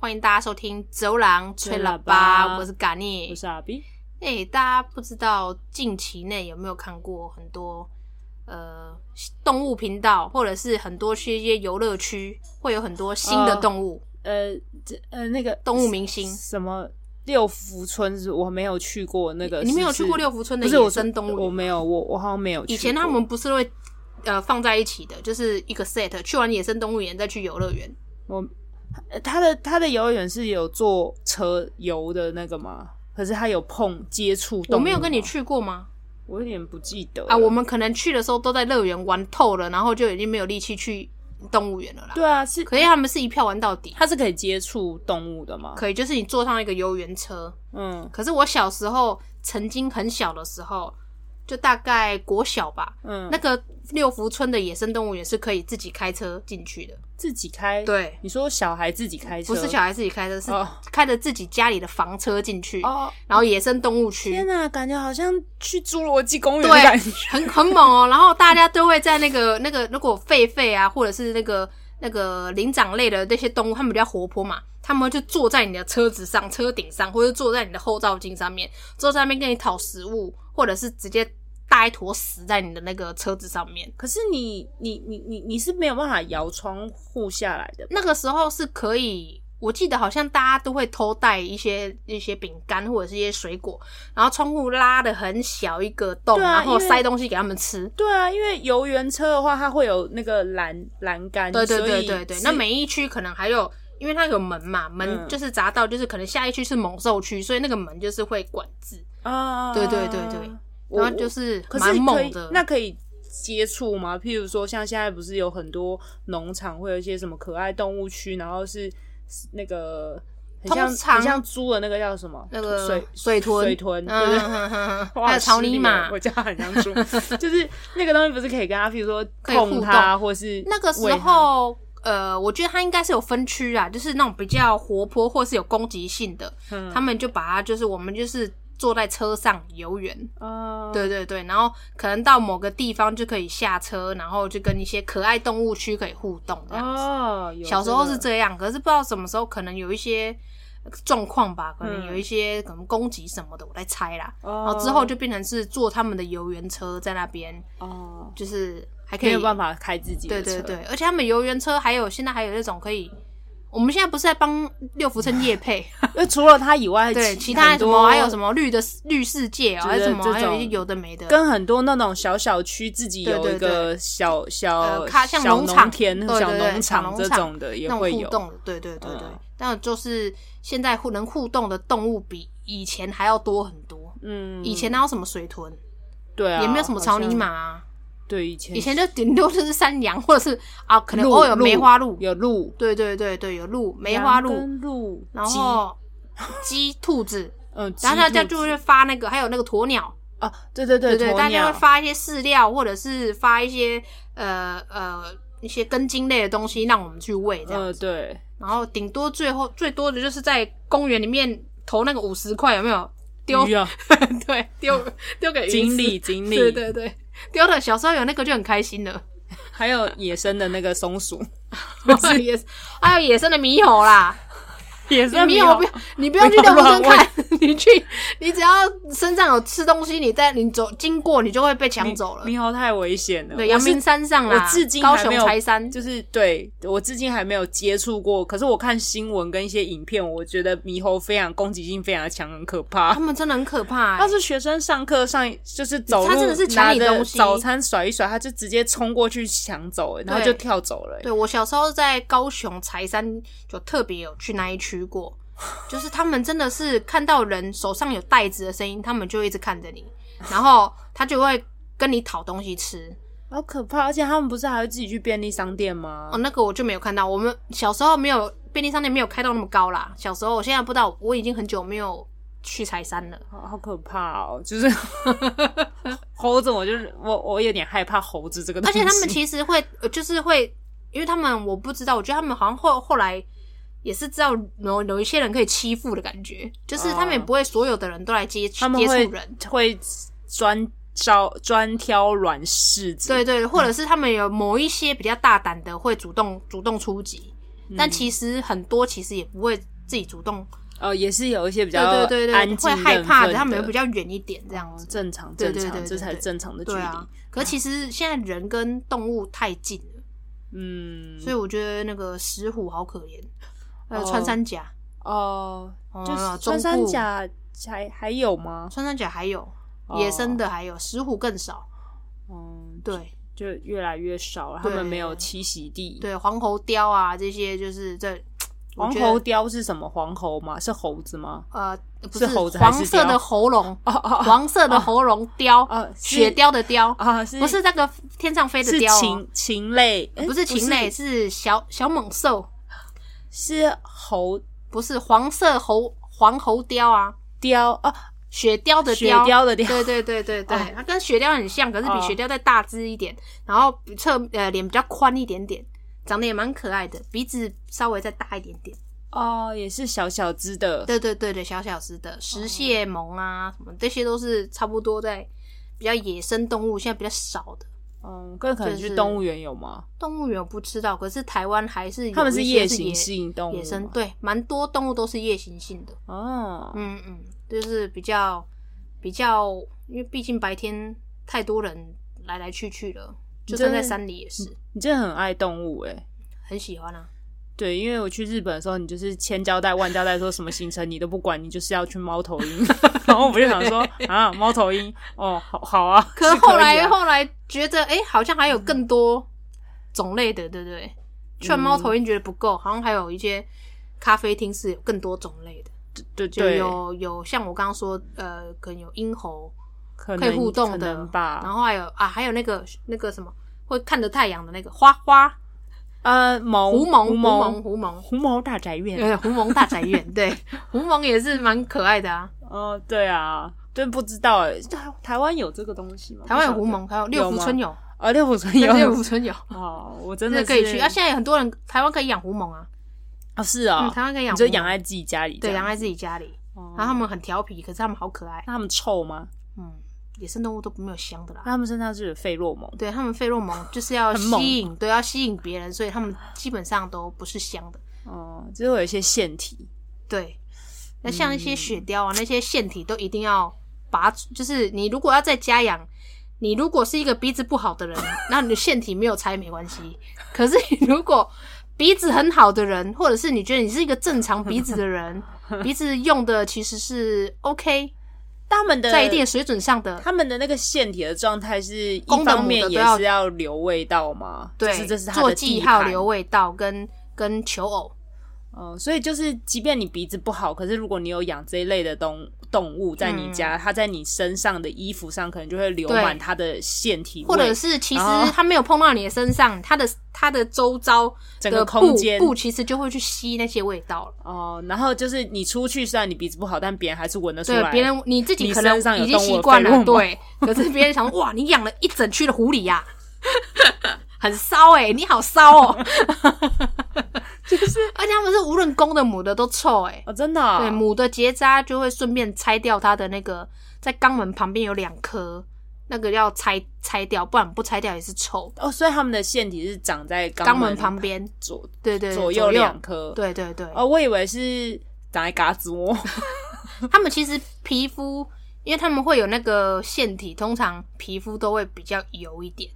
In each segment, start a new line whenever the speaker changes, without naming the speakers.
欢迎大家收听《走廊吹喇
吹喇
叭》，
叭
我是嘎
我
尼。
是阿 B，
哎、大家不知道近期内有没有看过很多呃动物频道，或者是很多去一些游乐区会有很多新的
哦
动物、
呃，这呃那个
动物明星。
什么六福村是我没有去过那个，
你没有
呃是
去过六福村的
不是我
野生
说
动物
我
园
没有，我我好像没有去过。
以前他们不是会呃放在一起的，就是一个 set，去完野生动物园再去游乐园。
我呃他的他的游乐园是有坐车游的那个吗？可是他有碰接触动物
我
哦
没有跟你
吗，
去过吗？
我有点不记得
啊，
了
我们可能去的时候都在乐园玩透了，然后就已经没有力气去动物园了啦。
对啊，是
可是他们是一票玩到底，
它是可以接触动物的吗？
可以就是你坐上一个游园车。
嗯
可是我小时候曾经很小的时候，就大概国小吧，
嗯，
那个六福村的野生动物园是可以自己开车进去的。
自己开，
对，
你说小孩自己开车，
不是小孩自己开车，是
哦
开着自己家里的房车进去，
哦，
然后野生动物区。
天哪、感觉好像去侏罗纪公园的
对
感觉。
很很猛哦。然后大家都会在那个那个，如果狒狒啊，或者是那个那个灵长类的那些动物，它们比较活泼嘛，它们就坐在你的车子上、车顶上，或者坐在你的后照镜上面，坐在那边跟你讨食物，或者是直接搭一坨屎在你的那个车子上面。
可是你你你你你是没有办法摇窗户下来的吧，
那个时候是可以。我记得好像大家都会偷带一些一些饼干或者是一些水果，然后窗户拉的很小一个洞，
对啊
然后
因为
塞东西给他们吃。
对啊，因为游园车的话，它会有那个栏栏杆，
对对
嗯所
对
以
对对，
是
那每一区可能还有，因为它有门嘛，门
嗯
就是匝道，就是可能下一区是猛兽区，所以那个门就是会管制，
啊，
对对对对
我，
然后就是
我可是
蛮
可
猛
以
的。
那可以接触吗？譬如说，像现在不是有很多农场会有一些什么可爱动物区，然后是那个很像
通常
很像猪的那个叫什么？
那个
水
水豚
水豚，
嗯
对不对？
嗯嗯嗯
哇
还有草
失
泥
礼
马
了我，叫它很像 猪，就是那个东西不是可以跟它，譬如说
可以互
碰它，或是
那个时
喂它
候。呃，我觉得它应该是有分区啊，就是那种比较活泼或是有攻击性的，
嗯
他们就把它就是我们就是坐在车上游园，
啊，
对对对，然后可能到某个地方就可以下车，然后就跟一些可爱动物区可以互动这样子。
哦，有
小时候是
这个
这样，可是不知道什么时候可能有一些呃状况吧，可能
嗯
有一些可能攻击什么的，我在猜啦。然
哦
后之后就变成是坐他们的游园车在那边，
哦，
就是还可
没
以
有，办法开自己
对
的
对
车，
对，而且他们游园车还有现在还有那种可以，我们现在不是在帮六福村夜 配，
因为除了它以外，
对，其他
很
什么
多
还有什么绿的绿世界哦，
就
还有
是
什么
这
还有一些
种
有的没的，
跟很多那种小小区自己有
对对
一个小小
呃咖像
小
农场
田、
对对
小
对
农
小
场
农
这
场
种的也
那种
会
互
有。
动的，对对对对
嗯，
那就是现在互能互动的动物比以前还要多很多。
嗯，
以前哪有什么水豚，
对啊，
也没有什么草泥马
好像。
啊，
对，以前
以前就顶多就是山羊，或者是啊，可能
鹿
偶尔有
鹿
梅花鹿。
有鹿、
对对对对，有鹿、梅花
羊
鹿，
跟鹿，
然
鸡
后鸡、兔子，
嗯，
然后大
鸡
家
兔
就
子
会发那个，还有那个鸵鸟，
啊，对对对
对对，
鸵
大家
鸟
会发一些饲料，或者是发一些呃呃一些根茎类的东西让我们去喂，这样。
呃，对，
然后顶多最后最多的就是在公园里面投那个五十块，有没有？ 丢
鱼啊，
对，丢丢给鱼吃
锦鲤，锦
对
鲤，
对对，丢了。小时候有那个就很开心了，
还有野生的那个松 鼠，
野还有野生的猕猴 啦，
野生
猕
猕
猴不
猴
要 你不要去
不
动
要
物
乱
村 看，你去你只要身上有吃东西，你在你走经过你就会被抢走了。
猕猴太危险了。
对，
我
阳
是
明山上
我
啦，
至今
高
还
雄
没有
柴山，
就是对我至今还没有接触过。可是我看新闻跟一些影片，我觉得猕猴非常攻击性非常强，很可怕
他。们真的很可怕、
要
欸。
是学生上课上就是走路，
它真的是抢你
拿着
东西
早餐甩一甩，他就直接冲过去抢走，然后就跳走了。 欸
对我小时候在高雄柴山就特别有去那一区 过，就是他们真的是看到人手上有袋子的声音，他们就一直看着你，然后他就会跟你讨东西吃。
好可怕！而且他们不是还会自己去便利商店吗？
哦，那个我就没有看到，我们小时候没有便利商店没有开到那么高啦。小时候，我现在不知道，我已经很久没有去柴山了。
好好可怕哦！就是猴子，我就是我，我有点害怕猴子这个东
而
西。
且他 们其实会，呃就是会，因为他们我不知道，我觉得他们好像后后来也是知道有有一些人可以欺负的感觉，就是他们也
哦
不会所有的人都来接
他们
接
会
触人，
会专招专挑软柿子，嗯
对对，或者是他们有某
嗯
一些比较大胆的会主动主动出击，但其实很多其实也不会自己主动，
哦，也是有一些比
对
较
对对对，
安
会
静
害怕
认份哦
他们又比
较
较远一点这样子。
正常
对
正
对对
常，
对
这才
对
是正常的距
对啊
离。，
可是其实现在人跟动物太近了，
嗯，
所以我觉得那个石虎好可怜，还有
哦
穿山甲，
哦，就是
哦中
穿山
部
甲还还有吗？
穿山甲还有
哦
野生的还有石虎更少，
嗯，
对
就越来越少了，他们
对
没有栖息地。，
对，黄喉貂啊这些就是这我
黄
觉得
喉貂是什么？黄喉吗？是猴子吗？
呃不
是猴子还
黄
是
色
貂
的喉咙，
哦哦
黄色的喉咙貂，
哦，是
雪貂的貂，
啊，是
不是那个天上飞的
是
貂哦，呃
禽禽类？诶
不是禽类，，是小小猛兽，
是猴
不是黄色猴黄喉貂啊，
貂哦，
雪貂的
雪貂的貂。
对对对对对，
哦
它跟雪貂很像，可是比
哦
雪貂再大只一点，然后侧呃脸比较宽一点点，长得也蛮可爱的，鼻子稍微再大一点点。
哦，也是小小只的。
对对对对，小小只的石蟹獴啊什么，这些都是差不多在比较野生动物，现在比较少的。
嗯，更可能
就是
去动物园有吗？
动物园我不知道，可是台湾还是有
他们
一
是
些
夜
是
行性动物啊
野生
吗，
对，蛮多动物都是夜行性的。
哦，
嗯嗯，就是比较比较，因为毕竟白天太多人来来去去了，
你
就算
真
在
的
山里也是
你真的很爱动物诶。
很喜欢啊。
对，因为我去日本的时候，你就是千交代万交代，说什么行程你都不管，你就是要去猫头鹰。 然后我就想说啊，猫头鹰哦，好好啊。
可
是
是后来、
以啊
后来觉得，哎、好像还有更多种类的，对不对？去完猫头鹰觉得不够，好像还有一些咖啡厅是有更多种类的，
对
就
对，
有有像我刚刚说，呃，可能有鹰猴，
可
可以
能
互动
可
的
能吧。
然后还有啊，还有那个那个什么会看着太阳的那个花花
呃，毛
狐獴，
狐
狐獴，
獴
狐獴。
狐獴大宅 院。
呃，狐獴大宅院，对，狐獴也是蛮可爱的啊。
哦，对啊，对，不知道诶，台台湾有这个东西吗？
台湾有
不
狐
晓得
獴，还有六福村有，
啊，六福村
对
有
六福村有，
哦，我真
真的
的
可以
是
去。啊，现在有很多人台湾可以养狐獴啊，
哦是啊、
嗯，台湾可以养
你
狐獴，
就养在自己家里这
对，
样，
养在自己家里。
哦
然后他们很调皮，可是他们好可爱。
那他们臭吗？
嗯，野生动物都没有香的啦
那。他们身上是有费洛蒙，
对他们费洛蒙就是要
啊很猛
吸引，对，要吸引别人，所以他们基本上都不是香的。
哦，就是会有一些腺体，
对，那像一些
嗯
雪貂啊，那些腺体都一定要拔，就是你如果要在家养，你如果是一个鼻子不好的人，那你的腺体没有拆没关系。可是你如果鼻子很好的人，或者是你觉得你是一个正常鼻子的人，鼻子用的其实是 OK，
但他们的
在一定的水准上的，
他们的那个腺体的状态是
公
一
的
方
母的
面
都
也
要
是要留味道嘛，
对，
就是这是它
做
的
记
地
号
盘
留，味道跟跟求偶。
哦，所以就是即便你鼻子不好，可是如果你有养这一类的动动物在你家，它在你身上的衣服上可能就会留
嗯对
满它的腺体味，
或者是其实
哦
它没有碰到你的身上，它的它的周遭
整个
的
空
布
间
布其实就会去吸那些味道了。
哦，然后就是你出去，虽然你鼻子不好，但别人还是闻得出
对
来。
别人，你自己
你
可能
身上有
已经
动物
习
的
惯
费
了，
洛蒙
对。可是别人想说，哇，你养了一整区的狐狸呀、很骚哎、你好骚哦、 就是，而且他们是无论公的母的都臭哎、
哦，真的啊、
对，母的结扎就会顺便拆掉它的那个，在肛门旁边有两颗，那个要拆拆掉，不然不拆掉也是臭。
哦，所以他们的腺体是长在
肛
门
门旁边，
左
对对对
左右两颗。，
对对对，
哦，我以为是长在嘎 子窝。
他们其实皮肤，因为他们会有那个腺体，通常皮肤都会比较油一点，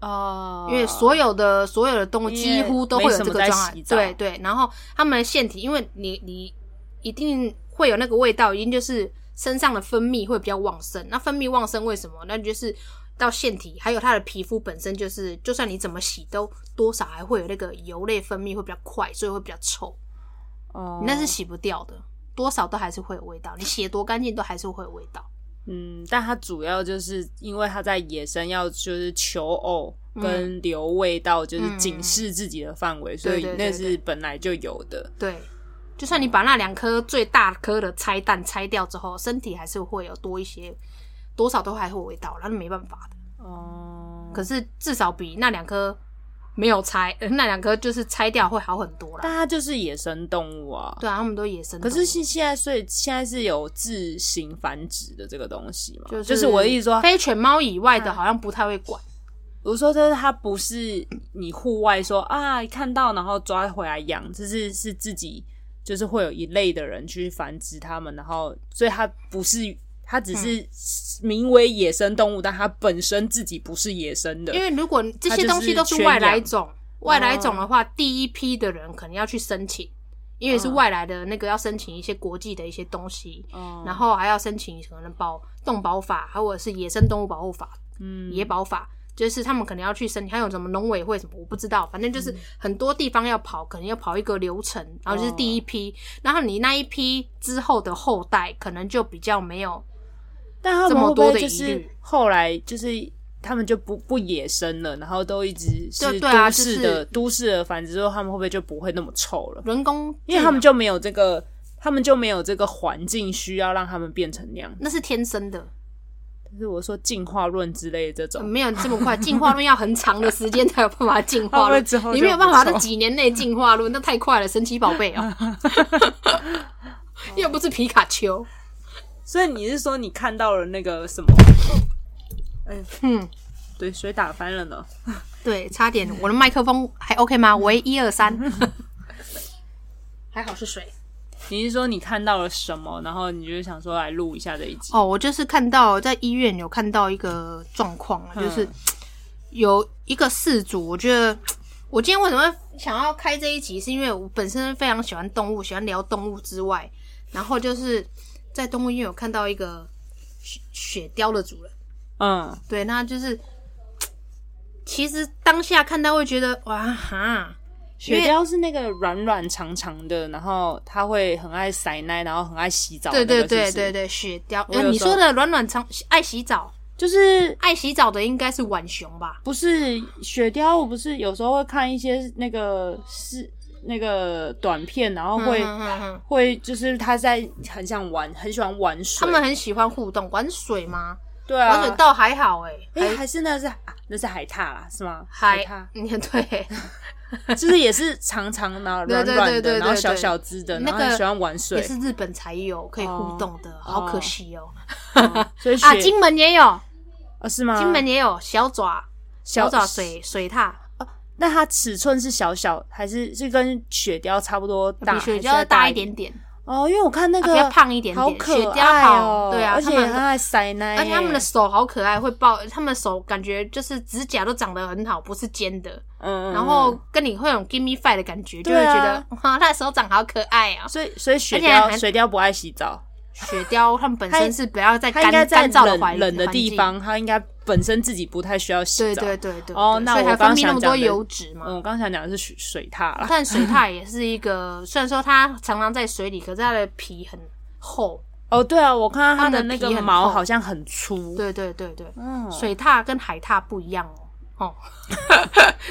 哦
因为所有的所有的动物
因
几
为
乎都
没
会有
什
这
么
个
在
状态
洗，澡
对对。然后他们的腺体，因为你你一定会有那个味道，一定就是身上的分泌会比较旺盛。那分泌旺盛为什么？那就是。到腺体，还有它的皮肤本身就是，就算你怎么洗，都多少还会有那个油类分泌会比较快，所以会比较臭。
哦
你那是洗不掉的，多少都还是会有味道。你洗得多干净，都还是会有味道。
嗯，但它主要就是因为它在野生要就是求偶
嗯
跟留味道，就是警示自己的范围，所以
对对
那
对
是本来就有的。
对，就算你把那两颗最大颗的拆蛋拆掉之后，身体还是会有多一些，多少都还会有味道，那没办法的。
哦，
可是至少比那两颗没有拆， 呃那两颗就是拆掉会好很多
但
啦。
它就是野生动物啊。
对啊，他们都野生动
可
物。
是现现在，所以现在是有自行繁殖的这个东西嘛？
就是
是、我的意思说，嗯
非犬猫以外的好像不太会管。
我说就是它不是你户外说啊看到然后抓回来养，就是是自己就是会有一类的人去繁殖它们，然后所以它不是它只
嗯
是名为野生动物，但它本身自己不是野生的
因。为如果这
它
些
就
东西
是
都是
圈
外来
养
种，外来种
哦
的话，第一批的人可能要去申请，因为是
嗯
外来的那个要申请一些国际的一些东西，
嗯
然后还要申请可能保动保法，或者是野生动物保护法、
嗯
野保法。就是他们可能要去申请，还有什么农委会什么，我不知道，反正
嗯
就是很多地方要跑，可能要跑一个流程，然后就是第一
哦
批，然后你那一批之后的后代，可能就比较没有
但他
这
们
么
会不
多
会
的
就
疑
是
虑
后来就是他们就不不野生了，然后都一直
对
是
对啊
都
就
市
是
的、都市的繁殖之后，他们会不会就不会那么臭了？
人工圈养，
因为他们就没有这个，他们就没有这个环境需要让他们变成那样。
那是天生的，
就是我说进化论之类的这种，
没有这么快，进化论要很长的时间才有办法进化
会不会
论
之后，
你
就
没有
不
办法在
错
几年内进化论，那太快了，神奇宝贝 哦， 又不是皮卡丘，
所以你是说你看到了那个什么？ 哎
嗯，
对，水打翻了呢。
对，差点，我的麦克风还 OK 吗？喂，一二三，嗯 还好是水
你是说你看到了什么？然后你就想说来录一下这一集？
哦，我就是看到在医院有看到一个状况啊，就是
嗯
有一个事主，我觉得我今天为什么会想要开这一集，是因为我本身非常喜欢动物，喜欢聊动物之外，然后就是在动物医院有看到一个雪雪貂的主人，
嗯，
对，那就是其实当下看到会觉得哇哈，因
雪
为
貂是那个软软长长的，然后它会很爱塞奶，然后很爱洗澡的
对
那个
对
是不是。
对对对，雪貂，
我有
呃你
时候
说的软软长爱洗澡，
就是
爱洗澡的应该是浣熊吧？
不是雪貂，我不是有时候会看一些那个是那个短片，然后会、啊
嗯嗯嗯嗯
会就是他在很想玩，很喜欢玩水。
他们很喜欢互动，玩水吗？
对啊，
玩水倒还好哎、
哎、还是那是、啊、那是海獭啦，是吗？
还
海
你 看对，
獭就是也是长长然后
对
软
对
软
对对
的，然后
对
小
对
小只的，
那
然后
个
很喜欢玩
也
水，
是日本才有可以互动的，好可惜哦。
嗯所以雪
啊，金门也有，
哦是吗？
金门也有小爪小爪，水水獭，
那它尺寸是小小还是是跟雪貂差不多大？
比雪
还是
貂
再
大
大
一点点，
哦，因为我看那
啊
个
比较胖一点点
好可
雪貂
爱
好
哦，
对啊
而
它
且
们
很爱塞奶耶，
而且他们的手好可爱，会抱，他们手感觉就是指甲都长得很好，不是尖的，
嗯，
然后跟你会有 give me five 的感觉，就
对
会
啊
觉得哇，他的手掌好可爱啊。
所以所以雪
而且还
貂雪貂不爱洗澡，
雪貂它们本身是比较在
它应该
干
在
干燥的
冷
环
冷的
环
地
境
方，它应该本身自己不太需要洗
对
澡。
对对对，
哦
对
那
所以
我
才
刚
分泌那
想
么多
讲的
油脂嘛。
嗯，我刚想讲的是水水獭啦，
但水獭也是一个，虽然说它常常在水里，可是它的皮很厚。
哦对啊，我看到它
它的
的那
皮
个
很
毛
厚
好像很粗，
对对对对，
嗯，
水獭跟海獭不一样哦。哦，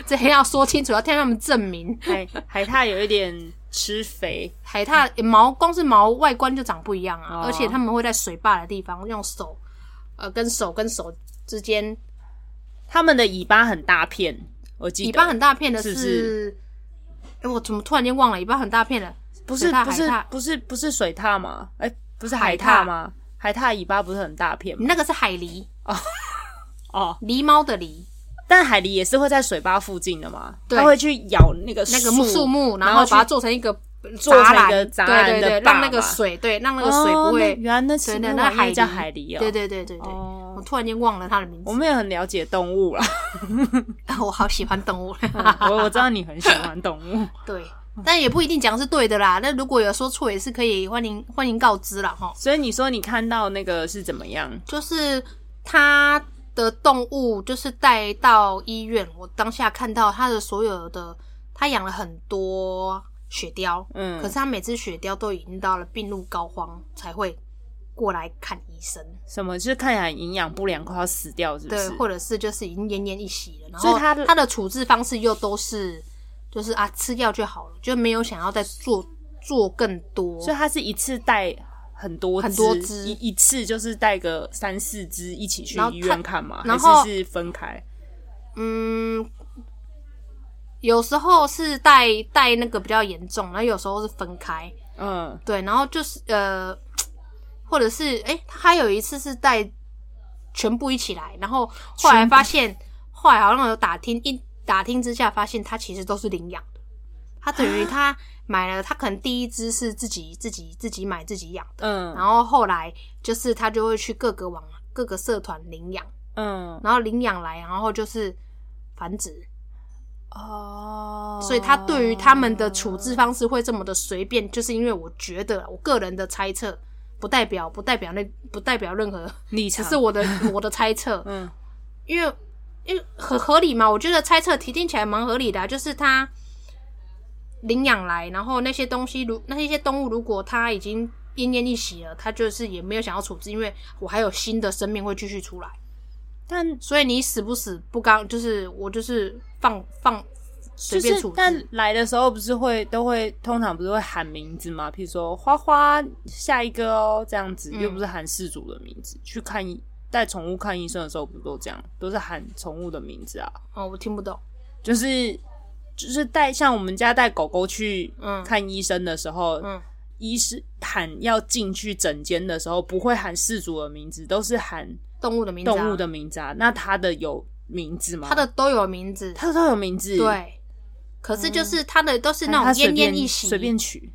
这要说清楚，要替他们证明。
海海獭有一点吃肥，
海獭毛光是毛外观就长不一样啊，
嗯哦
而且他们会在水坝的地方用手，呃，跟手跟手之间，
它们的尾巴很大片，我记得
尾巴很大片的
是
是，
不
哎
是
我怎么突然间忘了尾巴很大片了？
不
水
是
獭
不
海
是
獭
不是不是水獭吗？哎、不是
海
海
獭
獭吗？海獭尾巴不是很大片
你
吗？
那个是海狸，
哦，
狸猫的狸，
但海狸也是会在水坝附近的嘛，
对
它会去咬那个
那个木树木，然
然
后
去
把它做成一个
做成
栏
一个
对
栅栏
对对，
的
让
坝
那个
嘛
水对，让那个水
哦
不
那
会，
原来
对
那是
那
那
那
玩意
海狸
叫海狸哦。
对对对对对，
哦
我突然间忘了它的名字
我，们也很了解动物啦，
我好喜欢动物，
我我知道你很喜欢动物，
对，
嗯
但也不一定讲是对的啦。那如果有说错也是可以，欢迎欢迎告知啦哈。
所以你说你看到那个是怎么样？
就是它的动物就是带到医院，我当下看到它的所有的，它养了很多雪貂，
嗯
可是它每只雪貂都已经到了病入膏肓才会过来看医生，
什么？就是看起来营养不良，快要死掉，是不
对
是，？
或者是就是已经奄奄一息了，然
所
后
以它的
它的处置方式又都是就是啊吃药就好了，就没有想要再做做更多，
所以它是一次带很多
很多只
一一次就是带个三四只一起去
然后
医
它
院看嘛，
然后
还是是分开？
嗯，有时候是带带那个比较严重，然后有时候是分开，
嗯，
对，然后就是呃，或者是诶，他还有一次是带全部一起来，然后后来
全部
发现，后来好像有打听一打听之下，发现他其实都是领养的，他等于他买了，他可能第一只是自己自己自己买自己养的，然
嗯
后后来就是他就会去各个网各个社团领养，
嗯
然后领养来，然后就是繁殖，
哦
所以他对于他们的处置方式会这么的随便，就是因为我觉得我个人的猜测，不代表不代表那不代表任何，
立
只
场
是我的我的猜测，
嗯
因为因为很合理嘛，我觉得猜测提定起来蛮合理的啊、就是他领养来，然后那些东西如那些动物如果它已经奄奄一息了，它就是也没有想要处置，因为我还有新的生命会继续出来，
但
所以你死不死不刚，就是我就是放放随
就
便
是
处置，
但来的时候不是会都会通常不是会喊名字吗？譬如说花花下一个哦这样子，
嗯
又不是喊事主的名字。去看医带宠物看医生的时候，不都这样，都是喊宠物的名字啊。
哦，我听不懂，
就是就是带像我们家带狗狗去
嗯
看医生的时候，
嗯
医师喊要进去诊间的时候，不会喊事主的名字，都是喊
动物的名字、啊，
动物的名字啊。那它的有名字吗？
它的都有名字，
它都有名字，，
对。可是就是它的都是那
它
种
随
奄奄
便
一息，
随便嗯取，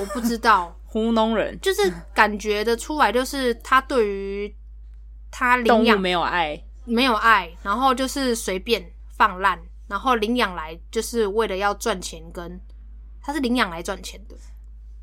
我不知道，
糊弄人，
就是感觉得出来，就是他对于他领
动物
养
没有爱，
没有爱，然后就是随便放烂，然后领养来就是为了要赚钱跟，他是领养来赚钱的，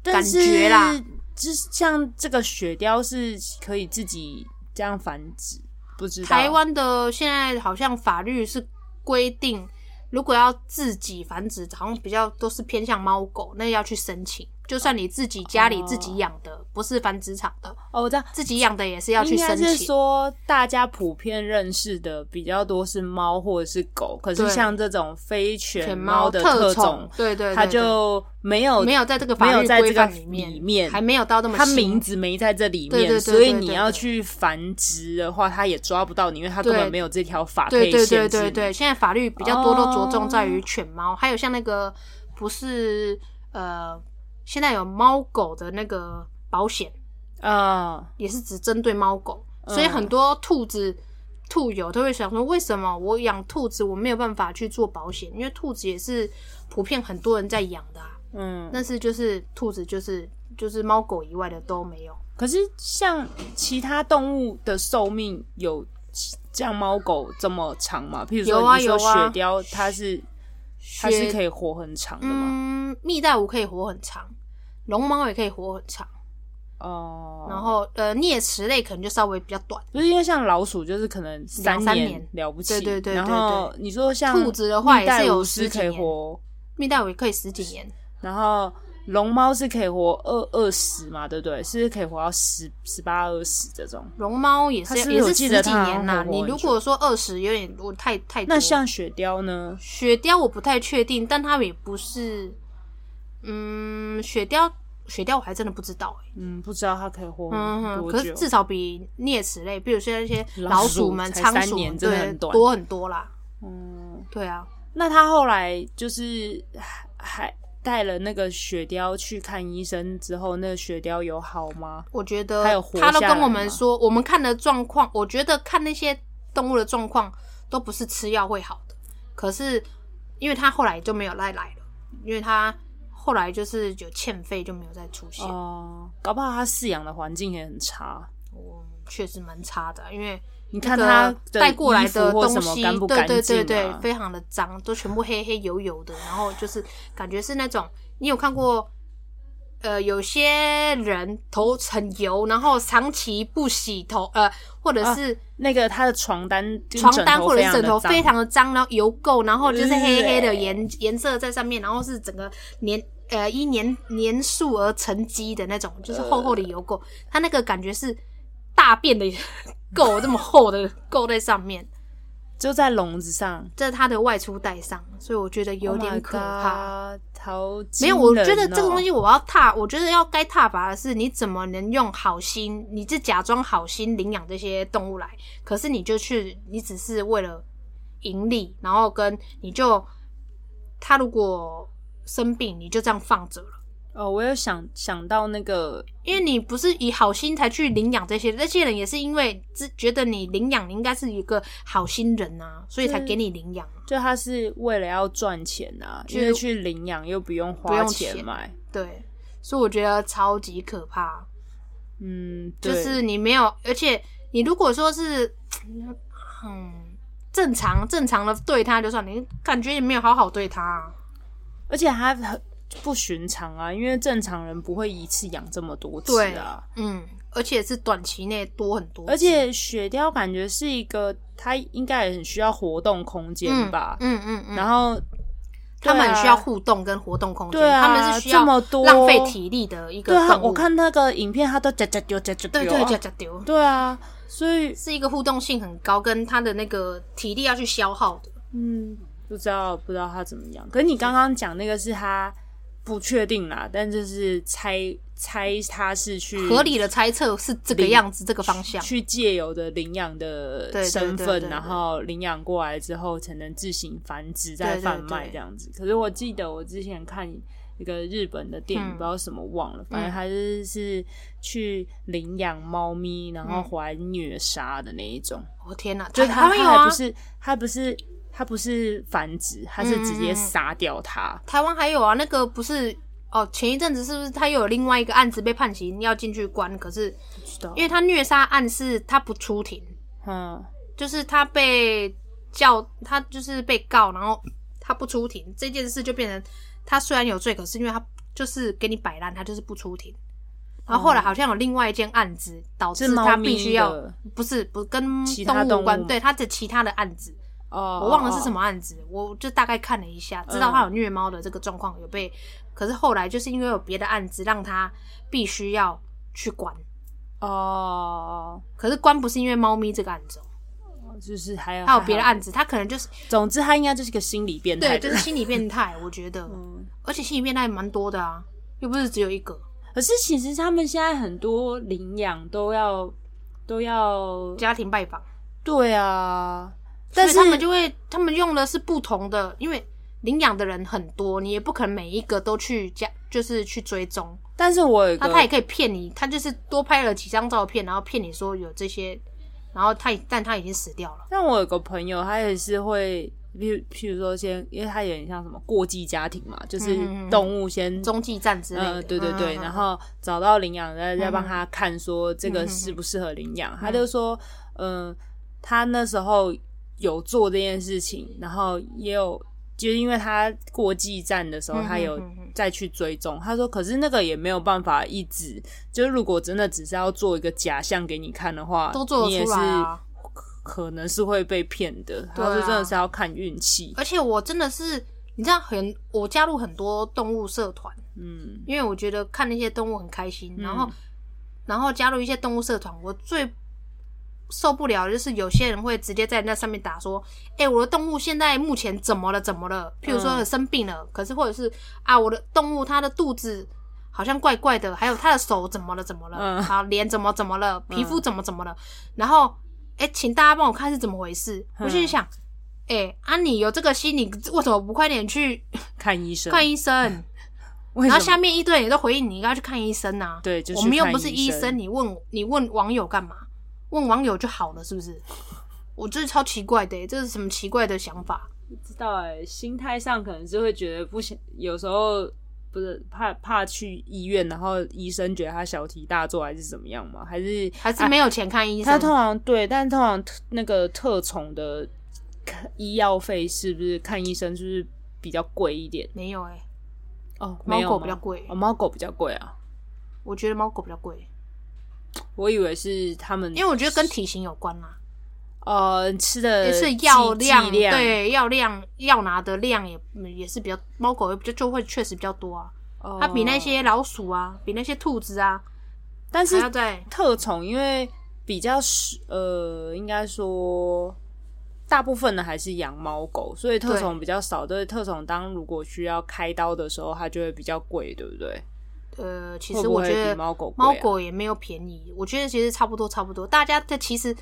但
感
是
觉啦，
就是像这个雪貂是可以自己这样繁殖，不知道
台湾的现在好像法律是规定，如果要自己繁殖，好像比较都是偏向猫狗，那要去申请。就算你自己家里
哦
自己养的，不是繁殖场的，
哦，我 知道
自己养的也是要去
应该
申
是
请。
说，大家普遍认识的比较多是猫或者是狗，可是
对
像这种非犬
犬
猫的特
宠
种，，
对对对
它
对
就没有
没有在这个法
没
律
有在这
规
个
范里面，
里面
还没有到那么
它
新
名字没在这里面，
对对对
所以
对对
你
对
要去繁殖的话，它也抓不到你，因为它根
对
本没有这条法可
对
以
对对
限制
对
你。
对，现在法律比较多都着重在于犬猫，还有像那个不是呃，现在有猫狗的那个保险
啊、
也是只针对猫狗，
嗯
所以很多兔子。兔友都会想说，为什么我养兔子我没有办法去做保险？因为兔子也是普遍很多人在养的、啊，
嗯，
但是就是兔子就是就是猫狗以外的都没有。
可是像其他动物的寿命有像猫狗这么长吗？譬如
有啊
说，你说
有
雪
啊
貂，它是它
雪
是可以活很长的吗？
嗯，蜜袋鼯可以活很长，龙猫也可以活很长，嗯
哦，
然后呃啮齿类可能就稍微比较短。
不是因为像老鼠就是可能三
两三年
了不起，
对对对对
然后你说像
兔子的话也是有
蜜袋鼯是
十几
可以
年
活，
蜜袋鼯也可以十几年，
然后龙猫是可以活二二十嘛，对不对？是不是可以活到十十八二十这种。
龙猫也是
它是不是
也
我
是
记
十
得
几
它好像
年呐、
活
你
很
如
久
果说二十，有点我太太多。
那像雪貂呢？
雪貂，我不太确定，但它也不是，嗯，雪貂雪貂我还真的不知道、欸
嗯，不知道它可以活
嗯，
多
可是
久。
至少比啮齿类，比如说那些
老
老
鼠
们、
才
仓
三
鼠
年
们，
真的
对
很短
多很多啦。
嗯，
对啊，
那它后来就是还还带了那个雪貂去看医生之后，那个雪貂有好吗？
我觉得
还有活
他都
下来
跟我们
吗
说，我们看的状况，我觉得看那些动物的状况都不是吃药会好的。可是因为他后来就没有再来了，因为他后来就是有欠费就没有再出现。
哦、搞不好它饲养的环境也很差。
我确实蛮差的，啊因为
你
那
看
个
它的
带过来
衣服
的
或
东
什么
西，
干不
对
干净、
对对
啊、
对，非常的脏，都全部黑黑油油的，然后就是感觉是那种你有看过。呃，有些人头很油，然后长期不洗头，呃，或者
啊
是
那个它的床单、
床单或者是枕头非
常
常的脏，然后油垢，然后就是黑黑的
对
颜颜色在上面，然后是整个年呃依年年数而沉积的那种，就是厚厚的
呃
油垢，它那个感觉是大便的 垢这么厚的 垢在上面，
就在笼子上，
这是它的外出带上，所以我觉得有点可怕。
Oh my Oh God，好
没
惊
有，
人哦、
我觉得这个东西我要踏，我觉得要该踏伐的是，你怎么能用好心，你就假装好心领养这些动物来，可是你就去，你只是为了盈利，然后跟你就他如果生病，你就这样放着了，
哦，我有想想到那个，
因为你不是以好心才去领养这些，那些人也是因为自觉得你领养你应该是一个好心人啊，所以才给你领养啊。
就他是为了要赚钱啊，
就
因为去领养又不用
不
花
用钱
钱买，
对，所以我觉得超级可怕，
嗯，
就
对
是你没有，而且你如果说是，嗯，正常正常的对他就算，你感觉你没有好好对他、啊，
而且他很不寻常啊，因为正常人不会一次养这么多次
对
啊。
嗯，而且是短期内多很多次，
而且雪貂感觉是一个，它应该也很需要活动空间
嗯
吧。
嗯嗯嗯，
然后
他们
对
很
啊
需要互动跟活动空间，
对啊
他们是需要
这么多
浪费体力的一个
对啊，
动物。
我看那个影片，它都夹夹丢夹夹丢
对
啊，
对，假假丢，
对啊，所以
是一个互动性很高，跟他的那个体力要去消耗的。
嗯，不知道不知道它怎么样。可是你刚刚讲那个是它不确定啦，但就是猜猜它是去
合理的猜测是这个样子，这个方向。
去借由的领养的
对对
身
对
份，
对
然
对
后领养过来之后，才能自行繁殖
对
再
对
贩卖
对
这样子。可是我记得我之前看一个日本的电影，
嗯
不知道什么忘了，反正他就是是去领养猫咪，然
嗯
后回来虐杀的那一种。
我、哦天哪，
就是
台
他
湾啊有
他还
啊
不，是他不是他不是繁殖，他是直
嗯嗯
接
嗯
杀掉它。
台湾还有啊，那个不是哦，前一阵子是不是他又有另外一个案子被判刑要进去关？可是
不知道
因，为他虐杀案是他不出庭，
嗯，
就是他被叫他就是被告，然后他不出庭这件事就变成他虽然有罪，可是因为他就是给你摆烂，他就是不出庭。然后后来好像有另外一件案子，导致
是猫
他
咪
必须要
的
不是不跟
其
动
他
物
动
无
物
关，
吗
对他的其他的案子，
哦，嗯
我忘了是什
么。
么案子，我就大概看了一下，知道他有虐猫的这个状况有被，可是后来就是因为有别的案子让他必须要去关，
哦，
可是关不是因为猫咪这个案子、哦，
就是还有
还有别的，案子，他可能就是
总之他应该就是个心理变态
对，
的
就
人
是。心理变态，我觉得，
嗯
而且心理变态蛮多的啊，又不是只有一个，
可是其实他们现在很多领养都要都要
家庭拜访，
对啊，
所
但
以
是
他们就会他们用的是不同的，因为领养的人很多，你也不可能每一个都去家就是去追踪。
但是我有一
他他也
个
可以骗你，他就是多拍了几张照片，然后骗你说有这些，然后他已但他已经死掉了。
但我有个朋友，他也是会。譬如譬如说先，因为他有点像什么过继家庭嘛，就是
嗯嗯嗯
动物先
中继站之类的，
嗯，对对对，
嗯
然后找到领养，再再帮
嗯
他看说
嗯
这
嗯
个
嗯
适不适合领养。他就说，嗯、他那时候有做这件事情，然后也有，就是因为他过继站的时候，
嗯嗯
他有
嗯嗯
再去追踪。他说，可是那个也没有办法一直，就是如果真的只是要做一个假象给你看的话，
都做得
你也
出
是
来啊
可能是会被骗的。
对
他
啊
说真的是要看运气，
而且我真的是，你知道很，我加入很多动物社团，
嗯，
因为我觉得看那些动物很开心，
嗯
然后然后加入一些动物社团，我最受不了的就是有些人会直接在那上面打说，哎、我的动物现在目前怎么了怎么了？譬如说
嗯
生病了，可是或者是啊，我的动物它的肚子。好像怪怪的，还有它的手怎么了？怎么了？
嗯
好，脸怎么怎么了？皮肤怎么怎么了？然后，哎、请大家帮我看是怎么回事。我心里想，哎、啊，你有这个心，你为什么不快点去
看医生，
看医生？
为
然后
什么
下面一堆人也都回应你应该去看医生呐、
对就去
我们又
看
不是
医
医
生
你问你问网友干嘛？问网友就好了，是不 是？我这是超奇怪的、欸这是什么奇怪的想法？
知道哎、心态上可能是会觉得不想，有时候不是怕怕去医院，然后医生觉得他小题大做还是怎么样嘛？还是啊
还是没有钱看医生？
他通常对，但通常特那个特宠的看医药费是不是看医生是不是比较贵一点？
没有哎、
哦，
猫
没有
狗
吗
比较贵
哦，猫狗比较贵啊。
我觉得猫狗比较贵，
我以为是他们，
因为我觉得跟体型有关啦、
呃吃的
也是药
剂
量，
剂量
对药量要拿的量也也是比较猫狗就就会确实比较多啊，
哦
它比那些老鼠啊，比那些兔子啊
但
还
是
要在
特宠，因为比较是呃，应该说大部分的还是养猫狗，所以特宠比较少。对特宠，当如果需要开刀的时候，它就会比较贵，对不对？
呃，其
会
实
不
我
会
觉得
比猫狗贵啊
猫狗也没有便宜，我觉得其实差不多差不多。大家的其实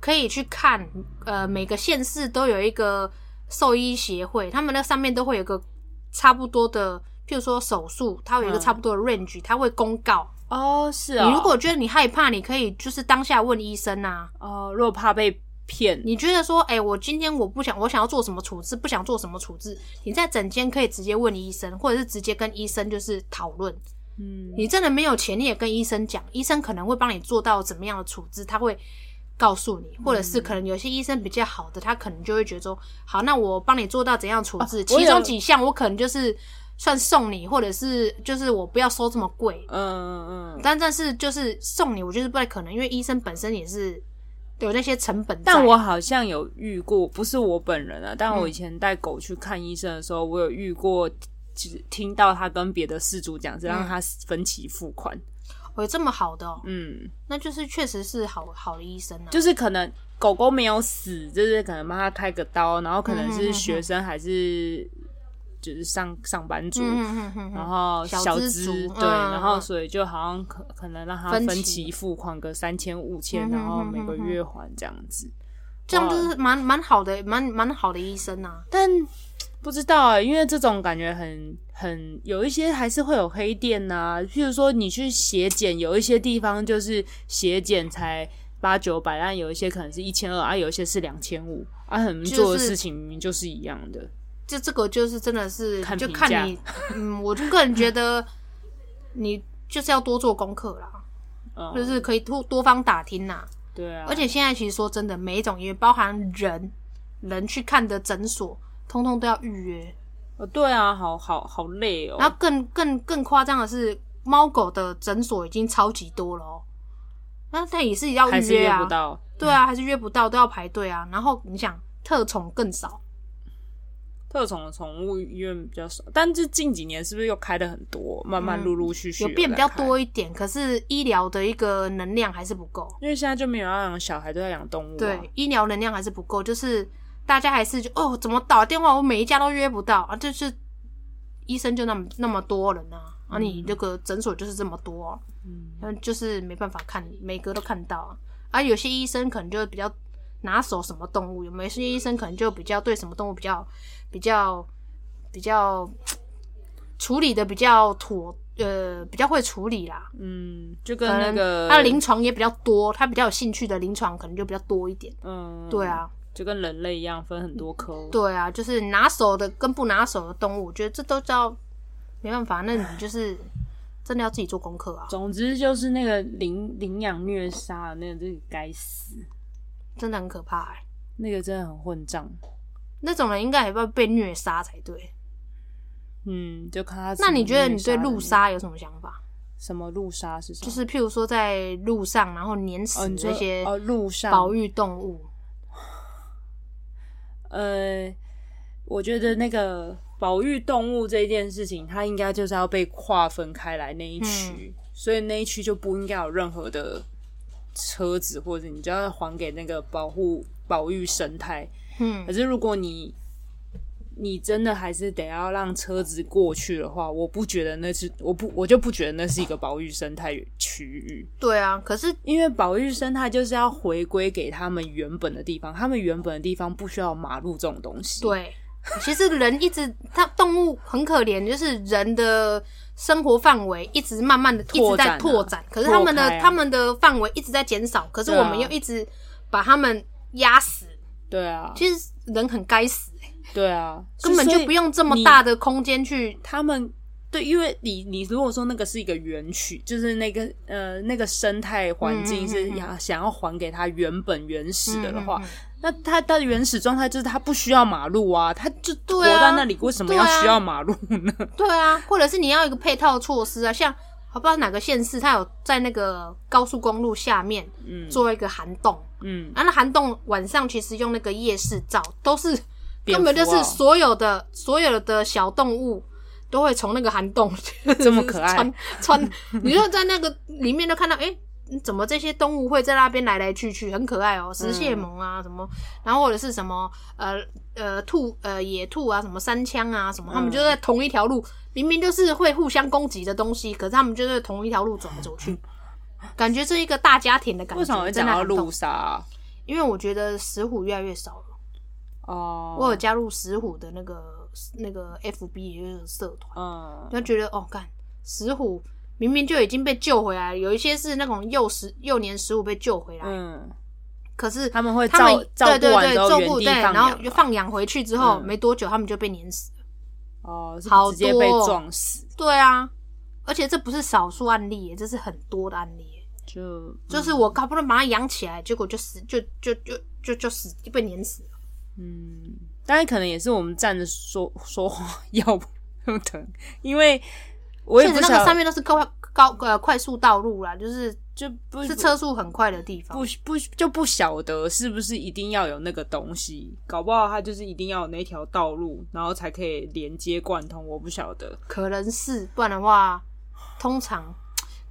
可以去看，呃，每个县市都有一个兽医协会，他们那上面都会有个差不多的譬如说手术，它有一个差不多的 range，、它会公告。
哦，嗯是啊、
你如果觉得你害怕，你可以就是当下问医生啊。
哦，如果怕被骗，
你觉得说，哎、我今天我不想，我想要做什么处置，不想做什么处置，你在诊间可以直接问医生，或者是直接跟医生就是讨论。
嗯，
你真的没有钱，你也跟医生讲，医生可能会帮你做到怎么样的处置，他会告诉你，或者
嗯
是可能有些医生比较好的，他可能就会觉得说，好，那我帮你做到怎样处置，
哦我有
其中几项我可能就是算送你，或者是就是我不要收这么贵，
嗯嗯嗯，
但但是就是送你，我觉得不太可能，因为医生本身也是有那些成本在。嗯
但我好像有遇过，不是我本人啊，但我以前带狗去看医生的时候，我有遇过，只听到他跟别的事主讲，是
嗯
让他分期付款。
我有这么好的、哦，
嗯，
那就是确实是好好的医生啊。
就是可能狗狗没有死，就是可能帮他开个刀，然后可能
嗯嗯嗯
是
嗯
学生还是就是上上班族，
嗯嗯嗯
然
嗯
后
小
小
资族
对，
嗯
然后
嗯
所以就好像可可能让他
分
分
期
期付款个三千五千，
嗯哼
然后
哼
每
哼
个
哼
月还这样子。
这样
哇
就是蛮蛮好的，蛮蛮好的医生啊。
但不知道、欸，因为这种感觉很很有一些还是会有黑店呐、譬如说你去血检，有一些地方就是血检才八九百，但有一些可能是一千二，啊，有一些是两千五，啊，很
就是
做的事情明明就是一样的。
就这个就是真的是
看
就
评价
看你，嗯，我就个人觉得你就是要多做功课啦，
嗯，
就是可以多多方打听啦。
对啊，
而且现在其实说真的，每一种医院，包含人人去看的诊所，通通都要预约。
哦对啊，好好好累哦。
然后更更更夸张的是，猫狗的诊所已经超级多了哦，那但也是要
还
预
是
约
约
啊，
不到，
对啊，还是约不到，都要排队啊。然后你想，特宠更少，
特宠的宠物医院比较少，但是近几年是不是又开的很多，慢慢
嗯
陆陆续续
有变比较
在开
多一点，可是医疗的一个能量还是不够。
因为现在就没有要养小孩，都在养动物、啊。
对，医疗能量还是不够，就是大家还是就哦，怎么打电话我每一家都约不到啊，就是医生就那么那么多人啊，啊，你这个诊所就是这么多、啊，
嗯，
嗯，就是没办法看，每个都看到啊，啊，有些医生可能就比较拿手什么动物，有没有些医生可能就比较对什么动物比较比较比较处理的比较妥，呃，比较会处理啦。
嗯，就跟那个
他的临床也比较多，他比较有兴趣的临床可能就比较多一点。
嗯，
对啊，，
就跟人类一样分很多科。
对啊，就是拿手的跟不拿手的动物，我觉得这都叫没办法。那你就是真的要自己做功课啊，
总之就是那个领领养虐杀，那个这个该死，
真的很可怕、欸。
那个真的很混账。
那种人应该也要被虐杀才对。
嗯，就看他怎么
那你觉得你
虐杀
对
人
路杀有什么想法？
什么路杀是什么？
就是譬如说在路上，然后碾
哦，
死
你说
这些
哦路上
保育动物，
呃，我觉得那个保育动物这件事情，它应该就是要被划分开来那一区，
嗯
所以那一区就不应该有任何的车子，或者你就要还给那个保护保育生态。
嗯
可是如果你你真的还是得要让车子过去的话，我不觉得那是我不我就不觉得那是一个保育生态区域。
对啊。可是
因为保育生态就是要回归给他们原本的地方，他们原本的地方不需要马路这种东西。，
对，其实人一直，它动物很可怜，就是人的生活范围一直慢慢的一直
拓展啊
在拓展，可是他们的、
拓开啊
他们的范围一直在减少，可是
对啊
我们又一直把他们压死。
对啊，
其实人很该死、欸
对啊，
根本就不用这么
你
大的空间去。
他们。对，因为你你如果说那个是一个园区，就是那个呃那个生态环
嗯
境
嗯
是
嗯嗯
要想要还给它原本原始的的话，
嗯嗯嗯
那它它的原始状态就是它不需要马路啊，它就活
啊
到那里，为什么要
对啊
需要马路呢？
对啊，或者是你要一个配套措施啊，像我不知道哪个县市，它有在那个高速公路下面
嗯
做一个涵洞，
嗯，
啊，那涵洞晚上其实用那个夜视照，都是根
蝙蝠
本就
啊
是所有的所有的小动物都会从那个涵 洞
这么可爱
穿穿，你就在那个里面就看到，哎、怎么这些动物会在那边来来去去，很可爱哦，石蟹獴啊什么，然后或者是什么呃呃兔呃野兔啊，什么山枪啊
嗯
什么，他们就在同一条路，明明就是会互相攻击的东西，可是他们就是同一条路走来走 去，感觉这一个大家庭的感觉。
为什么会
真
讲
的
到
很动
路杀啊、
因为我觉得石虎越来越少了，
哦，
我有加入石虎的那个那个 FB 也有社团，
嗯，
就觉得哦，干石虎明明就已经被救回来了，有一些是那种幼时幼年石虎被救回来，
嗯，
可是
他们会
他
照
们
照
对
顾
对
完
对
之
照
原
顾
地
对，
放
然后
养
就
嘛
放养回去之后、
嗯
没多久，他们就被碾死了。
哦，是
好
直接被
多哦
撞死，
对啊，而且这不是少数案例耶，这是很多的案例耶。
就
就是我搞不能把它养起来，结果就死，就就就就就死，就被碾死了。
嗯，但是可能也是我们站着说说话腰不 不疼，因为我也
确
不
实，那个
晓
上面都是高高呃快速道路啦，就是
就不
是车速很快的地方
不。不就不晓得是不是一定要有那个东西，搞不好它就是一定要有那条道路，然后才可以连接贯通，我不晓得。
可能是，不然的话，通常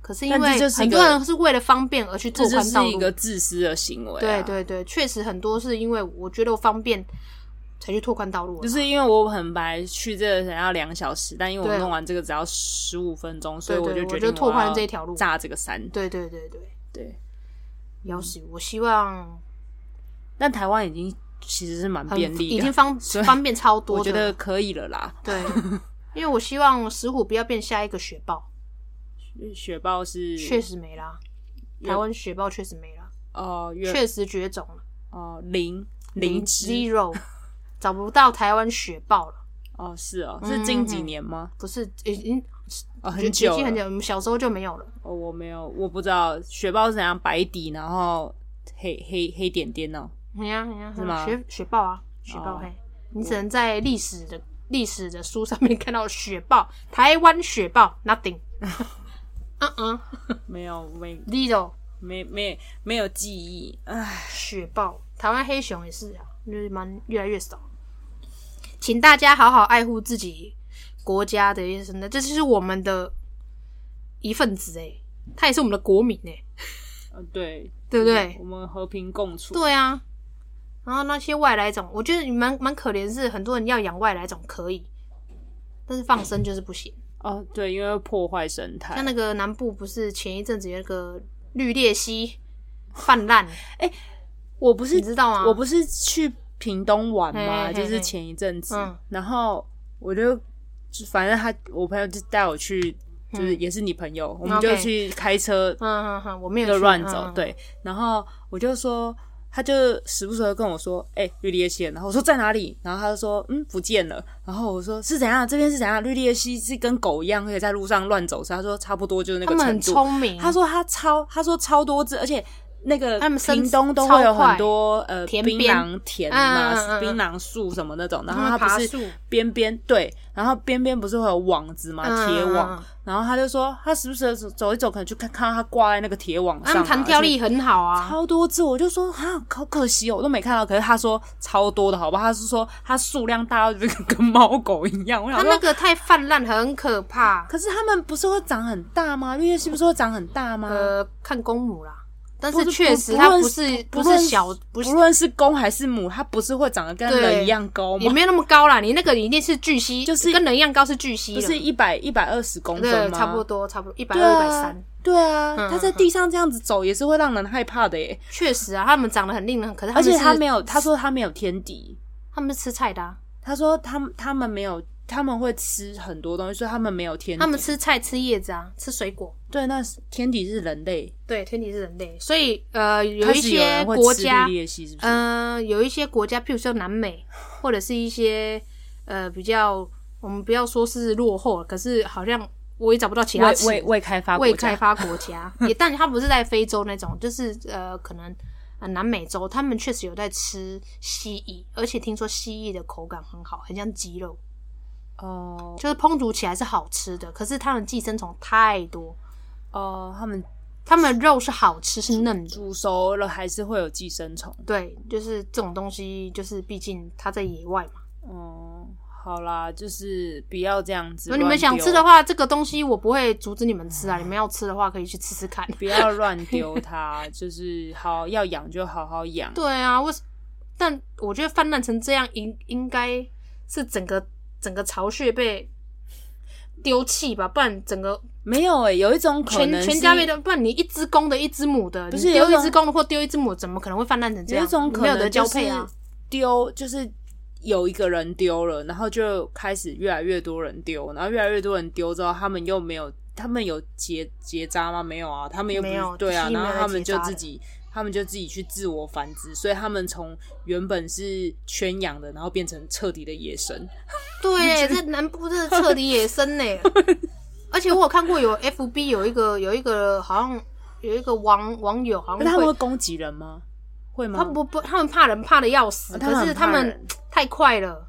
可是因
但
为
这就是一
很
个
多人是为了方便而去拓
这就
宽道
是
路。
一个啊自私的行为、啊
对，对对，确实很多是因为我觉得我方便才去拓宽道路的。
就是因为我很本来去这个可能要两小时，但因为我
对
弄完这个只要十五分钟，所以
对
我
对我
决
就
定
拓宽
要
这条路
炸这个山。
对对对对，
对，
要是我希望
但台湾已经其实是蛮
很
便利
已
的，
经 方
所以
方便超多
我觉
的
得
了。
可以了啦。
对，因为我希望石虎不要变下一个雪豹，
雪豹是
确实没啦，台湾雪豹确实没啦，
哦，原
确实绝种了，
哦零零只
zero 找不到台湾雪豹了，
哦，是哦，
嗯
是近几年吗？
不是已经绝
哦，很
绝
久
迹很久，
了。
我们小时候就没有了。
哦，我没有，我不知道雪豹是怎样白底，然后黑黑黑点点哦。
哎呀哎呀，
是吗
雪雪豹啊，雪豹
哦
嘿，你只能在历史的历史的书上面看到雪豹，台湾雪豹 nothing，嗯嗯
没有，没
zero
没没没有记忆。唉，
雪豹，台湾黑熊也是啊，就是蛮越来越少。请大家好好爱护自己国家的一些生态，这就是我们的一份子哎、他也是我们的国民哎、
呃对
对不对
我们和平共处。
对啊，然后那些外来种，我觉得蛮蛮可怜，是很多人要养外来种可以，但是放生就是不行。
哦，对，因为会破坏生态
像。那个南部不是前一阵子有那个绿鬣蜥泛滥，
我不是
你知道吗？
我不是去屏东玩
嘿嘿
嘛，
嘿
就是前一阵子
嗯，
然后我就就反正他我朋友就带我去，就是也是你朋友，我们就
OK
去开车
嗯嗯嗯，我没有
就
去
乱
嗯
走
嗯，
对，然后我就说。他就时不时的跟我说：“哎、绿鬣蜥。”然后我说：“在哪里？”然后他就说：“嗯，不见了。”然后我说：“是怎样？这边是怎样？绿鬣蜥是跟狗一样可以在路上乱走？”所以他说：“差不多就是那
他
个
们
程
很
度。”
聪明，
他说他超，他说超多只，而且那个
他们生
屏东都会有
超快
很多呃
田
槟
边
榔田嘛、
嗯嗯嗯嗯
槟榔树什么那种，然
他
后
们
它
爬
不
树
是边边对，然后边边不是会有网子嘛，
嗯
铁
嗯嗯
网，然后他就说他时不时地走走一走，可能就看看到他挂在那个铁网
他
上嘛，
们弹跳力很好
而且
啊，
啊超多只，我就说啊，好可惜哦，我都没看到，可是他说超多的好吧，他是说他数量大到就跟跟猫狗一样，我想
他
说
那。个太泛滥很可怕。
可是他们不是会长很大吗？绿叶蜥不是会长很大吗？
呃，看公母啦，但
不
是
是
确
不
实
不
它
论
不
是
是
不
不是
论
小不是
不论是公还是母，它不是会长得跟
对
人一样高
也
吗？
没有那么高啦，你那个一定是巨蜥，
就是
跟人一样高是巨蜥
不
了，
是一百一百二十公
对，
分吗？
差不。多，差不多一百
对
二、一百
啊
三，，
对啊，
嗯
它在地上这样子走也是会让人害怕的耶。
确实啊，他们长得很令人，可是他
而
们
且
是
它没有，他说它没有天敌，
他们是吃菜的、啊，
他说他们他们没有，他们会吃很多东西，所以他们没有天敌。
他们吃菜、吃叶子啊，吃水果。
对，那是天敌是人类。
对，天敌是人类，所以呃，有
开
一
始有
些
人会
国
吃
家
绿，鬣蜥是不是？
嗯、有一些国家，譬如说南美，或者是一些呃比较，我们不要说是落后，可是好像我也找不到其他
未
词
未未开发国
未
家
开发国家，也但它不是在非洲那种，就是呃，可能呃南美洲，他们确实有在吃蜥蜴，而且听说蜥蜴的口感很好，很像鸡肉，
哦
就是烹煮起来是好吃的。可是它们寄生虫太多，
哦，他们
它们肉是好吃，是嫩的。
煮熟了还是会有寄生虫。
对，就是这种东西，就是毕竟它在野外嘛。
哦，好啦，就是不要这样子
如果
乱
你
丢。哎
们想吃的话，这个东西我不会阻止你们吃啊。你们要吃的话，可以去吃吃看。
不要乱丢它， 就是好要养就好好养。
对啊，为什？但我觉得泛滥成这样，应应该是整个整个巢穴被丢弃吧，不然整个
没有诶、有一种可
全
能是
全家被丢，不然你一只公的，一只母的，
不
你
是
丢
有一
一
种
只公的或丢一只母，怎么可能会泛滥成这
有
样？
一种可
没有
能
得交配啊
就是，丢就是有一个人丢了，然后就开始越来越多人丢，然后越来越多人丢之后，他们又没有，他们有结结扎吗？没有啊，他们又不
没有
对啊，
其实
然
没有
后他们
结
就
扎的
自己，他们就自己去自我繁殖，所以他们从原本是圈养的，然后变成彻底的野生。
对，这南部真的彻底野 生呢、而且我有看过有 FB 有一个有一个好像有一个网网友好
那
像
他们
会
会攻击人吗？会吗？
他们不不他们怕人怕的要死，
啊
可是
很怕
他们
人
太快了，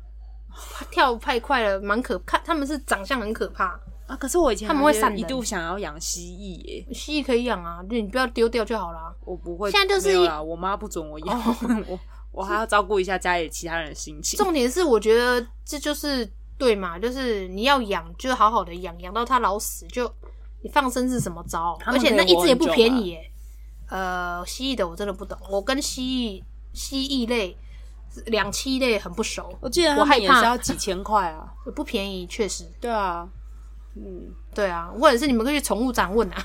跳太快了，蛮可看他们是长相很可怕。
啊，可是我以前
他们会
还觉得
散人
一度想要养蜥蜴耶，
蜥蜴可以养啊，就你不要丢掉就好啦。
我不会。
现在就是
没有
一哦
啦，我妈不准我养， 我我还要照顾一下家里其他人的心情。
重点是我觉得这就是对嘛，就是你要养就好好的养，养到它老死就你放生是什么招？
他
而
们
且那
可以
一
活
只也不
很久
便
嘛
宜耶、呃，蜥蜴的我真的不懂，我跟蜥蜴蜥蜴类两栖类很不熟，
我记得
我
他
害
们也
怕
是要几千块啊。
不便宜，确实。
对啊，嗯，
对啊，或者是你们可以去宠物展问啊。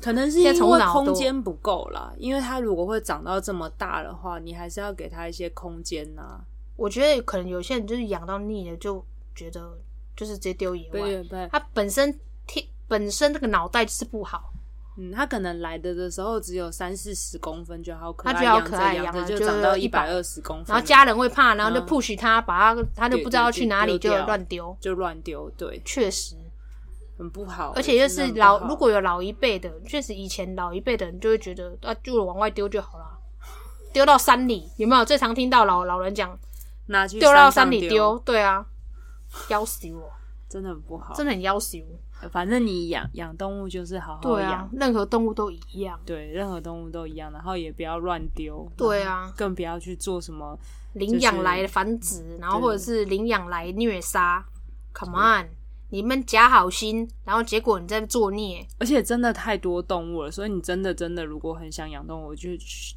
可能是
现在
因
宠物
为
哪好多
空间不够啦，因为它如果会长到这么大的话，你还是要给它一些空间呐、
我觉得可能有些人就是养到腻了，就觉得就是直接丢野外。
对对，
它本身天本身那个脑袋就是不好，
嗯，它可能来的的时候只有三四十公分就好可
它觉
爱，
得好
养
可
着
爱
养
养
着
了
就
就
长到
一
一
百
百二十公分，
然后家人会怕，然后就
嗯
push 它，把它它就不知道去哪里，
对对
就
对
乱丢。
就乱丢，对，
确实，
很不好。
而且就
真
是
的很不
老
好
如果有老一辈的，确实以前老一辈的人就会觉得啊，就往外丢就好了，丢到山里有没有？最常听到老老人讲
拿去
丢到
山
山
上
里丢，，对啊，要死我，
真的很不好。
真的很要死我。
呃反正你养养动物就是好好
对啊
养，，
任何动物都一样。
对，任何动物都一样，然后也不要乱丢，
对啊，
更不要去做什么
领养来繁殖，然后或者是领养来虐杀。Come on，你们假好心，然后结果你在作孽，
而且真的太多动物了，所以你真的真的如果很想养动物，就去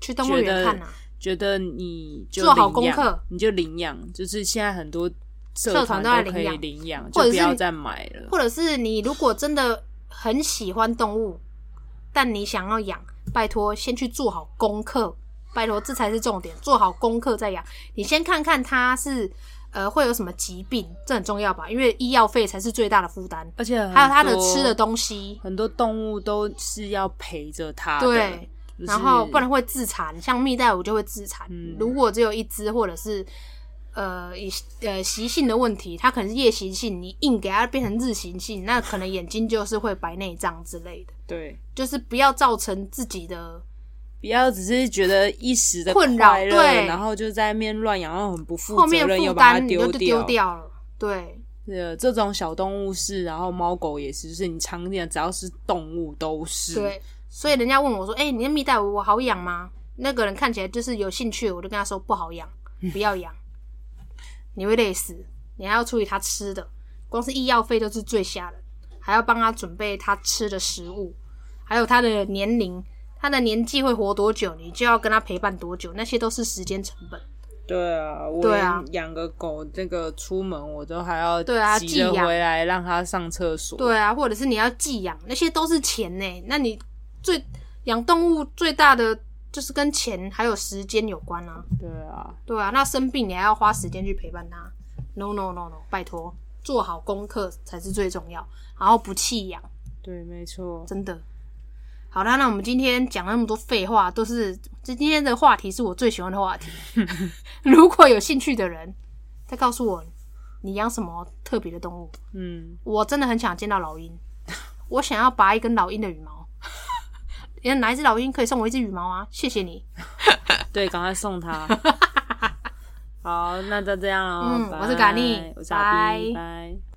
去 动物园看啊。
觉得你就
做好
领养
功课，
你就领养。就是现在很多
社
社
团
团
都在
可以
领养
领养，
或
就
者
不
是
要
你
再买了。
或者是你如果真的很喜欢动物，但你想要养，拜托先去做好功课，拜托这才是重点，做好功课再养。你先看看它是呃会有什么疾病，这很重要吧？因为医药费才是最大的负担，
而且很
还有它的
多
吃的东西，
很多动物都是要陪着它的，
对
就是
然后不然会自残，像蜜袋鼯就会自残。
嗯
如果只有一只，或者是呃以呃习性的问题，它可能是夜行性，你硬给它变成日行性，那可能眼睛就是会白内障之类的。
对，
就是不要造成自己的，
不要只是觉得一时的
困扰
快乐
对
然后就在那边乱养，然后很不负
后
责
面
任，又
负
把它
担你
丢
就丢掉了。对，
呃，这种小动物是，然后猫狗也是，就是你常见的，只要是动物都是。
对，所以人家问我说：“哎、你的蜜袋鼯我好养吗？”那个人看起来就是有兴趣，我就跟他说：“不好养，不要养，你会累死。你还要处理他吃的，光是医药费就是最吓人，还要帮他准备他吃的食物，还有他的年龄，他的年纪会活多久，你就要跟他陪伴多久，那些都是时间成本。
对啊，我
对啊
连养个狗，那个出门我都还要
对啊
急
寄
着
养
回来让它上厕所。
对啊，或者是你要寄养，那些都是钱呢、那你最养动物最大的就是跟钱还有时间有关啊。”
对啊，
对啊，那生病你还要花时间去陪伴他。No no no no，拜托，做好功课才是最重要，然后不弃养，
对，没错。
真的。好啦，那我们今天讲了那么多废话，都是这今天的话题是我最喜欢的话题。如果有兴趣的人，再告诉我你养什么特别的动物。
嗯，
我真的很想见到老鹰，我想要拔一根老鹰的羽毛。 人哪一只老鹰可以送我一只羽毛啊？谢谢你。
对，赶快送 它。好，那就这样喽。
嗯
拜
我是嘎尼
我是阿 B，
拜
拜。